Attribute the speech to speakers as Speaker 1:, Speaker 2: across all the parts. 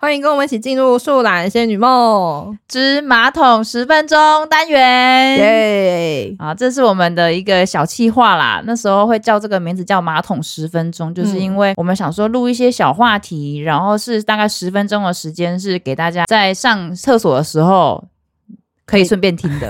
Speaker 1: 欢迎跟我们一起进入树懒仙女梦，
Speaker 2: 之马桶十分钟单
Speaker 1: 嗯
Speaker 2: 元。
Speaker 1: 耶！
Speaker 2: 啊，这是我们的一个小企划啦。那时候会叫这个名字叫“马桶十分钟”，就是因为我们想说录一些小话题，然后是大概十分钟的时间，是给大家在上厕所的时候可以顺便听 的。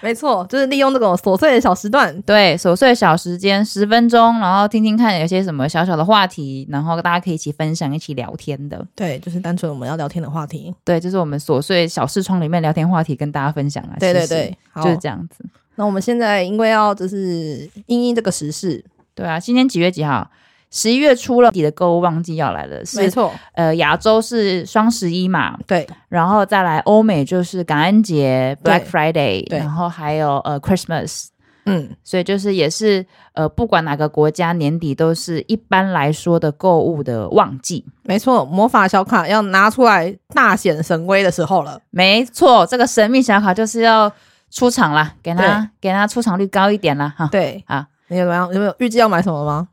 Speaker 1: 没错，就是利用这种琐碎的小时段。
Speaker 2: 对，琐碎小时间十分钟，然后听听看有些什么小小的话题，然后大家可以一起分享、一起聊天的。
Speaker 1: 对，就是单纯我们要聊天的话题。
Speaker 2: 对，就是我们琐碎小视窗里面聊天话题跟大家分享啊。
Speaker 1: 对
Speaker 2: 其
Speaker 1: 对
Speaker 2: 实
Speaker 1: 对，好
Speaker 2: 就是这样子。
Speaker 1: 那我们现在因为要就是因应这个时事，
Speaker 2: 对啊，今天几月几号？十一月初了，你的购物旺季要来了，
Speaker 1: 没
Speaker 2: 是
Speaker 1: 错，
Speaker 2: 呃，亚洲是双十一嘛，
Speaker 1: 对
Speaker 2: 然后再来欧美就是感恩节、
Speaker 1: 对
Speaker 2: Black Friday，
Speaker 1: 对
Speaker 2: 然后还有呃 Christmas，
Speaker 1: 嗯，
Speaker 2: 所以就是也是呃，不管哪个国家年底都是一般来说的购物的旺季。
Speaker 1: 没错，魔法小卡要拿出来大显神威的时候了。
Speaker 2: 没错，这个神秘小卡就是要出场啦，给他给他出场率高一点啦哈。
Speaker 1: 对
Speaker 2: 啊，
Speaker 1: 你有没有有没有预计要买什么吗？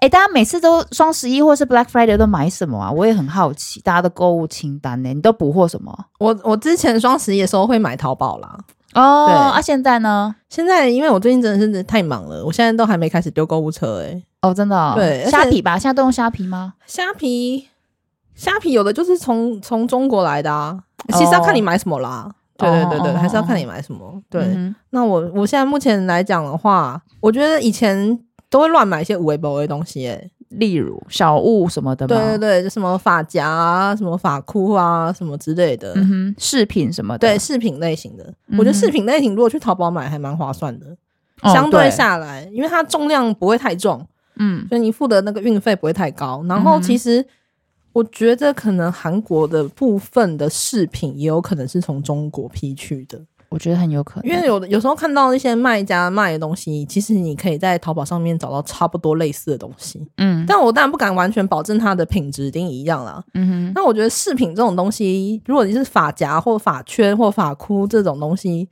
Speaker 2: 哎，大家每次都双十一或是 Black Friday 都买什么啊？我也很好奇，大家的购物清单呢？你都补货什么？
Speaker 1: 我我之前双十一的时候会买淘宝啦，
Speaker 2: 哦，
Speaker 1: 对
Speaker 2: 啊，现在呢？
Speaker 1: 现在因为我最近真的是太忙了，我现在都还没开始丢购物车哎、
Speaker 2: 哦，真的、哦，
Speaker 1: 对而且
Speaker 2: 虾皮吧，现在都用虾皮吗？
Speaker 1: 虾皮，虾皮有的就是从从中国来的啊，其实要看你买什么啦。对对对对，
Speaker 2: 哦哦
Speaker 1: 还是要看你买什么。对，
Speaker 2: 嗯
Speaker 1: 那我我现在目前来讲的话，我觉得以前都会乱买一些无为不为的东西、欸，
Speaker 2: 哼例如小物什么的吗？
Speaker 1: 对对对，就什么发夹啊、什么发箍啊、什么之类的，
Speaker 2: 嗯哼，饰品什么的，
Speaker 1: 对饰品类型的，我觉得饰品类型如果去淘宝买还蛮划算的，
Speaker 2: 哦
Speaker 1: 相对，下来，因为它重量不会太重，
Speaker 2: 嗯，
Speaker 1: 所以你付的那个运费不会太高。然后
Speaker 2: 嗯哼
Speaker 1: 其实我觉得可能韩国的部分的饰品也有可能是从中国批去的，
Speaker 2: 我觉得很有可能，
Speaker 1: 因为有的有时候看到那些卖家卖的东西，其实你可以在淘宝上面找到差不多类似的东西，
Speaker 2: 嗯
Speaker 1: 但我当然不敢完全保证它的品质一定一样啦。
Speaker 2: 嗯哼，
Speaker 1: 那我觉得饰品这种东西，如果你是发夹或发圈或发箍这种东西，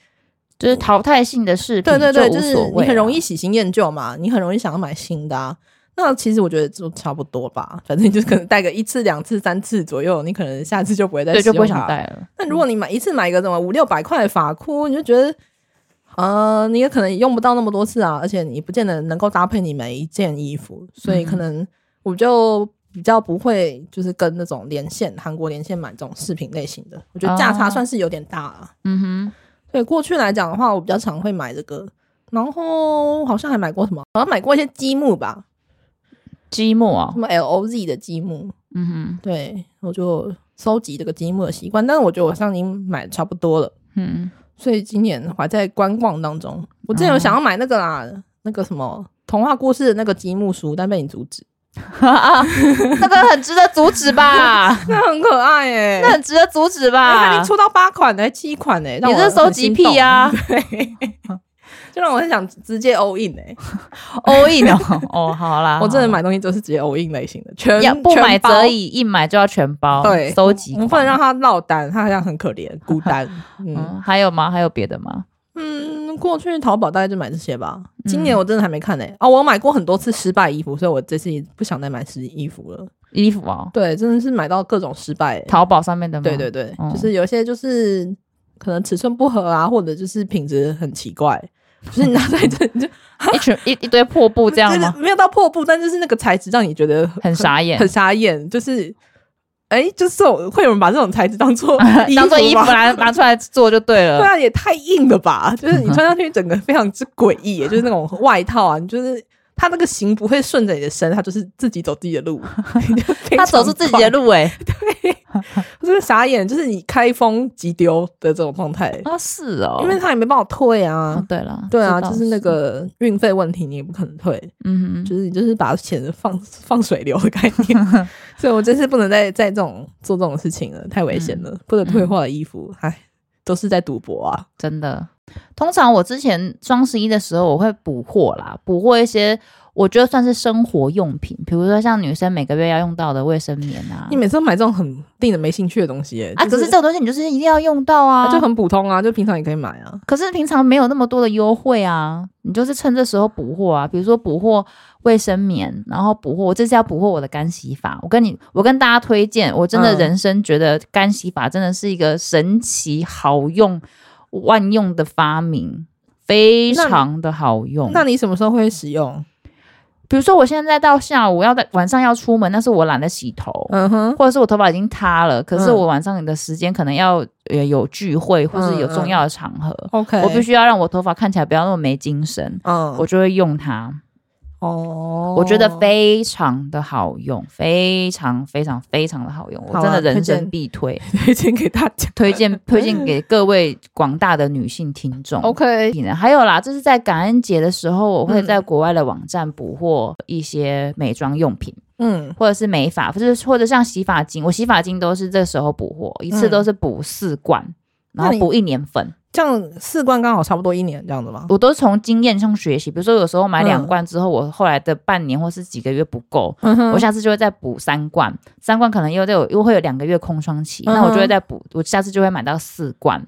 Speaker 2: 就是淘汰性的饰品，
Speaker 1: 对对对，就
Speaker 2: 无
Speaker 1: 是
Speaker 2: 所谓啊
Speaker 1: 你很容易，喜新厌旧嘛，你很容易想要买新的啊。那其实我觉得就差不多吧，反正你就可能戴个一次、两次、三次左右，你可能下次就不会再
Speaker 2: 对，就不会
Speaker 1: 使用它。
Speaker 2: 想戴了，
Speaker 1: 那如果你买一次买个什么五六百块的发箍，你就觉得，呃，你也可能用不到那么多次啊，而且你不见得能够搭配你每一件衣服，所以可
Speaker 2: 嗯
Speaker 1: 能我就比较不会就是跟那种连线韩国连线买这种饰品类型的，我觉得价差
Speaker 2: 哦
Speaker 1: 算是有点大啊。
Speaker 2: 嗯
Speaker 1: 对，过去来讲的话，我比较常会买这个，然后好像还买过什么，好像买过一些积木吧，
Speaker 2: 哼，积木啊
Speaker 1: 什，么 LOZ 的积木，
Speaker 2: 嗯哼，
Speaker 1: 对我就收集这个积木的习惯，但是我觉得我上已经买得差不多了。
Speaker 2: 嗯，
Speaker 1: 所以今年还在观望当中。我之前
Speaker 2: 哦
Speaker 1: 有想要买那个啦，那个什么童话故事的那个积木书，但被你阻止。
Speaker 2: 那个很值得阻止吧？
Speaker 1: 那很可爱耶、
Speaker 2: 那很值得阻止
Speaker 1: 哎它已
Speaker 2: 吧
Speaker 1: 经？出到八款了，还七款呢、让
Speaker 2: 你
Speaker 1: 我
Speaker 2: 这
Speaker 1: 很
Speaker 2: 收集
Speaker 1: 心
Speaker 2: 癖
Speaker 1: 动，
Speaker 2: 啊
Speaker 1: 就让我很想直接 all in 哎、
Speaker 2: ，all in 哦，哦，好啦，
Speaker 1: 我真的
Speaker 2: 好啦
Speaker 1: 买东西都是直接 all in 类型的，全
Speaker 2: 要不买
Speaker 1: 全包
Speaker 2: 则已，一买就要全包，
Speaker 1: 对
Speaker 2: 收集
Speaker 1: 我们不
Speaker 2: 狂
Speaker 1: 能让它落单，它好像很可怜，孤单。嗯
Speaker 2: 嗯，还有吗？还有别的吗？
Speaker 1: 嗯，过去淘宝大概就买这些吧。今年我真的还没看呢、哦，我买过很多次失败衣服，所以我这次不想再买失衣服了。
Speaker 2: 衣服哦，
Speaker 1: 对，真的是买到各种失败、欸。
Speaker 2: 淘宝上面的吗？
Speaker 1: 对对对，
Speaker 2: 嗯
Speaker 1: 就是有些就是可能尺寸不合啊，或者就是品质很奇怪，就是你拿在这 你就
Speaker 2: 一群一一堆破布这样
Speaker 1: 就
Speaker 2: 吗
Speaker 1: 是？没有到破布，但就是那个材质让你觉得
Speaker 2: 很傻眼
Speaker 1: 很，傻眼，就是。哎，就是我会有人把这种材 质当做
Speaker 2: 当做衣服
Speaker 1: 吗？
Speaker 2: 拿拿出来做就对
Speaker 1: 啊 对
Speaker 2: 了。
Speaker 1: 啊，也太硬了 吧！就是你穿上去，整个非常之诡 异耶，就是那种外套啊，你就是它那个型不会顺着你的身，它就是自己走自己的 路，
Speaker 2: 他走出自己的
Speaker 1: 路，
Speaker 2: 路哎、
Speaker 1: 就是傻眼，就是你开封即丢的这种状态。
Speaker 2: 啊是 哦，
Speaker 1: 因为他也没办法退啊
Speaker 2: 哦。对了，
Speaker 1: 对啊，
Speaker 2: 知道
Speaker 1: 就是那个运费问题，你也不可能退，
Speaker 2: 嗯哼，
Speaker 1: 就是你就是把钱放放水流的概 念。所以我真是不能再再这种嗯做这种事情了，太危险了，不能退货的衣服，唉，都是在赌博啊。
Speaker 2: 真的通常我之前双十一的时候，我会补货啦，补货一些我觉得算是生活用品，比如说像女生每个月要用到的卫生棉啊
Speaker 1: 你。每次都买这种很令人没兴趣的东西、耶
Speaker 2: 啊，
Speaker 1: 就
Speaker 2: 可是这种东西你就是一定要用到啊，
Speaker 1: 啊就很普通啊，就平常也可以买啊。
Speaker 2: 可是平常没有那么多的优惠啊，你就是趁这时候补货啊，比如说补货卫生棉，然后补货，我这次要补货我的干洗法。我跟你，我跟大家推荐，我真的
Speaker 1: 嗯
Speaker 2: 人生觉得干洗法真的是一个神奇好用、万用的发明，非常的好用。
Speaker 1: 那你什么时候会使用？
Speaker 2: 比如说我现在到下午要在晚上要出门，但是我懒得洗头，
Speaker 1: 嗯哼，
Speaker 2: 或者是我头发已经塌了，可是
Speaker 1: 嗯
Speaker 2: 我晚上的时间可能要呃有聚会或
Speaker 1: 嗯
Speaker 2: 是有重要的场合。
Speaker 1: ，OK，
Speaker 2: 我必须要让我头发看起来不要那么没精神，
Speaker 1: 嗯，
Speaker 2: 我就会用它。
Speaker 1: 哦，
Speaker 2: 我觉得非常的好用，非常非常非常的好用，我
Speaker 1: 好啊
Speaker 2: 真的人
Speaker 1: 推
Speaker 2: 生
Speaker 1: 荐
Speaker 2: 必推，
Speaker 1: 推荐给大家。
Speaker 2: 推荐推荐给各位广大的女性听众。
Speaker 1: OK，
Speaker 2: 品呢还有啦，就是在感恩节的时候，我会
Speaker 1: 嗯
Speaker 2: 在国外的网站补货一些美妆用品，
Speaker 1: 嗯，
Speaker 2: 或者是美发，或者是或者像洗发精，我洗发精都是这时候补货，一次
Speaker 1: 嗯
Speaker 2: 都是补四罐，然
Speaker 1: 那
Speaker 2: 后
Speaker 1: 你
Speaker 2: 补一年份。
Speaker 1: 这样四罐刚好差不多一年这样子吗？
Speaker 2: 我都是从经验上学习。比如说，有时候买两
Speaker 1: 嗯
Speaker 2: 罐之后，我后来的半年或是几个月不够，
Speaker 1: 嗯哼
Speaker 2: 我下次就会再补三罐，三罐可能又再有又会有两个月空窗期，
Speaker 1: 嗯哼
Speaker 2: 那我就会再补，我下次就会买到四罐。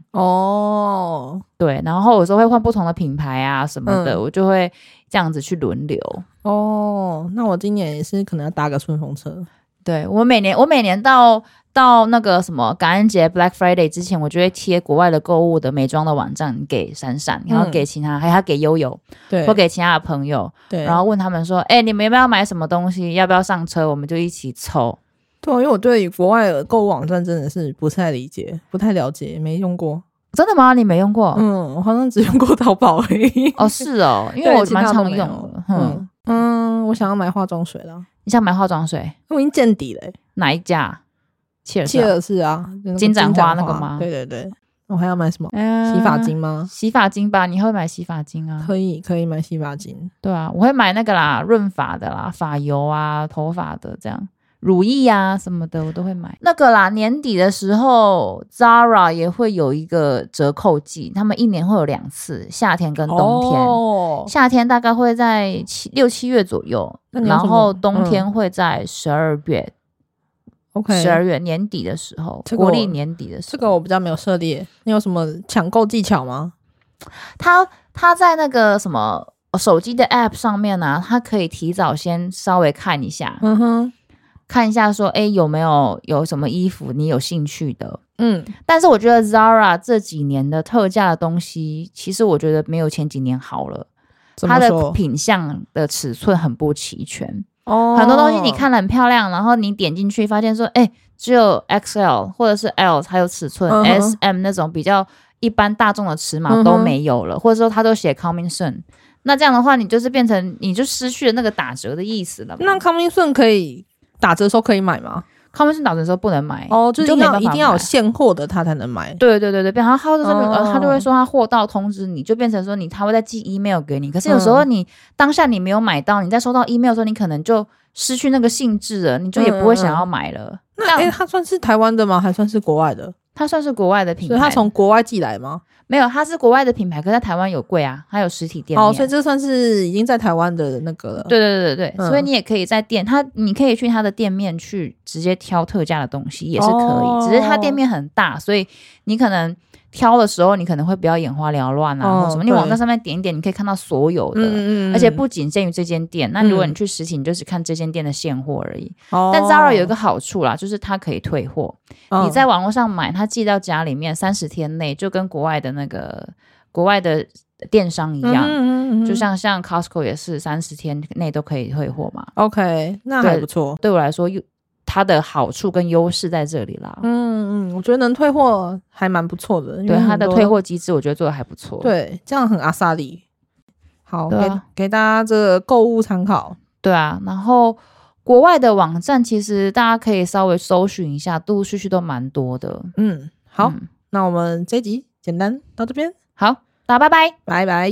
Speaker 1: 哦
Speaker 2: 对，然后有时候会换不同的品牌啊什么的，
Speaker 1: 嗯
Speaker 2: 我就会这样子去轮流。
Speaker 1: 哦，那我今年也是可能要搭个顺风车。
Speaker 2: 对我每年，我每年到到那个什么感恩节 Black Friday 之前，我就会贴国外的购物的美妆的网站给闪闪，然后
Speaker 1: 嗯
Speaker 2: 给其他，还有给悠悠，
Speaker 1: 对
Speaker 2: 或给其他的朋友。
Speaker 1: 对，
Speaker 2: 然后问他们说：“哎、你们要不要买什么东西？要不要上车？我们就一起抽。
Speaker 1: 对，因为我对国外的购物网站真的是不太理解、不太了解，没用过。”
Speaker 2: 真的吗？你没用过？
Speaker 1: 嗯，我好像只用过淘宝而已。
Speaker 2: 哦，是哦，因为
Speaker 1: 对
Speaker 2: 我
Speaker 1: 其
Speaker 2: 蛮
Speaker 1: 他都
Speaker 2: 常
Speaker 1: 没
Speaker 2: 用
Speaker 1: 有
Speaker 2: 的。嗯，
Speaker 1: 嗯嗯，我想要买化妆水啦，
Speaker 2: 你想买化妆水
Speaker 1: 我已经见底了、
Speaker 2: 哪一家？切尔
Speaker 1: 切尔氏啊，就那个
Speaker 2: 金盏花
Speaker 1: 花
Speaker 2: 那个吗
Speaker 1: 对对对，我还要买什么？
Speaker 2: 嗯
Speaker 1: 洗发、精吗？
Speaker 2: 洗发精吧，你会买洗发精啊？
Speaker 1: 可以，可以买洗发精。
Speaker 2: 对啊，我会买那个啦，润发的啦，发油啊，头发的这样。乳液啊什么的，我都会买那个啦。年底的时候，Zara 也会有一个折扣季，他们一年会有两次，夏天跟冬天。
Speaker 1: 哦
Speaker 2: 夏天大概会在七六七月左右，
Speaker 1: 那你
Speaker 2: 然
Speaker 1: 要什么嗯
Speaker 2: 后冬天会在十二月，
Speaker 1: ，OK，
Speaker 2: 十二、月年底的时候，
Speaker 1: 这个
Speaker 2: 国
Speaker 1: 我
Speaker 2: 历年底的时
Speaker 1: 这
Speaker 2: 候，
Speaker 1: 个我比较没有涉猎。你有什么抢购技巧吗？
Speaker 2: 它它在那个什么呃手机的 App 上面呢、啊，它可以提早先稍微看一下，
Speaker 1: 嗯哼，
Speaker 2: 看一下说，哎，有没有有什么衣服你有兴趣的？
Speaker 1: 嗯，
Speaker 2: 但是我觉得 Zara 这几年的特价的东西，其实我觉得没有前几年好了，
Speaker 1: 怎
Speaker 2: 它
Speaker 1: 么
Speaker 2: 的
Speaker 1: 说？
Speaker 2: 品相的尺寸很不齐全。
Speaker 1: 哦
Speaker 2: 很多东西你，看了很漂亮，然后你点进去发现说，哎、只有 XL 或者是 L 还有尺寸、
Speaker 1: 嗯哼
Speaker 2: S、M 那种比较一般大众的尺码
Speaker 1: 嗯哼
Speaker 2: 都没有了，或者说它都写 coming soon。那这样的话，你就是变成你就失去了那个打折的意思了嘛。
Speaker 1: 那康明顺可以打折的时候可以买吗？
Speaker 2: coming soon 打折的时候不能买
Speaker 1: 哦，就是
Speaker 2: 哎你
Speaker 1: 一
Speaker 2: 没
Speaker 1: 定
Speaker 2: 办
Speaker 1: 要一
Speaker 2: 法
Speaker 1: 定要有
Speaker 2: 买
Speaker 1: 现货的，他才能买。
Speaker 2: 对对对对，变然后他就上面、呃，
Speaker 1: 哦
Speaker 2: 他就会说他货到通知你，就变成说你他会再寄 email 给你。可是有时候
Speaker 1: 嗯
Speaker 2: 你、当下你没有买到，你在收到 email 的时候，你可能就失去那个兴致了，你就也不会想要
Speaker 1: 嗯
Speaker 2: 买了。
Speaker 1: 那
Speaker 2: 这
Speaker 1: 诶，
Speaker 2: 样
Speaker 1: 他算是台湾的吗？还算是国外的？
Speaker 2: 它算是国外的品牌，
Speaker 1: 所以他从国外寄来吗？
Speaker 2: 没有，它是国外的品牌，可是在台湾有贵啊，它有实体店面。
Speaker 1: 哦，所以这算是已经在台湾的那个了。，
Speaker 2: 对对对对对，
Speaker 1: 嗯
Speaker 2: 所以你也可以在店，它你可以去它的店面去直接挑特价的东西，也是可以。
Speaker 1: 哦
Speaker 2: 只是它店面很大，所以你可能挑的时候，你可能会比较眼花缭乱啊，
Speaker 1: 哦
Speaker 2: 或什么。你
Speaker 1: 对
Speaker 2: 往那上面点一点，你可以看到所有的。
Speaker 1: 嗯嗯嗯，
Speaker 2: 而且不仅限于这间店，那如果
Speaker 1: 嗯
Speaker 2: 你去实体，你就只看这间店的现货而已。
Speaker 1: 哦，
Speaker 2: 但 Zara 有一个好处啦，就是它可以退货。
Speaker 1: 嗯，
Speaker 2: 你在网络上买，它寄到家里面三十天内就跟国外的那个国外的电商一
Speaker 1: 嗯
Speaker 2: 样，
Speaker 1: 嗯嗯嗯嗯
Speaker 2: 就像像 Costco 也是三十天内都可以退货嘛。
Speaker 1: OK，那
Speaker 2: 对
Speaker 1: 还不错。
Speaker 2: 对我来说，优它的好处跟优势在这里啦。
Speaker 1: 嗯嗯，我觉得能退货还蛮不错的，因为
Speaker 2: 对它
Speaker 1: 很
Speaker 2: 的
Speaker 1: 多
Speaker 2: 退货机制，我觉得做的还不错。
Speaker 1: 对，这样很阿萨里。好，
Speaker 2: 对啊
Speaker 1: 给给大家这个购物参考。
Speaker 2: 对啊，然后国外的网站其实大家可以稍微搜寻一下，陆陆续续都蛮多的。
Speaker 1: 嗯，好，
Speaker 2: 嗯
Speaker 1: 那我们这集简单到这边，
Speaker 2: 好，那拜拜。
Speaker 1: 拜拜。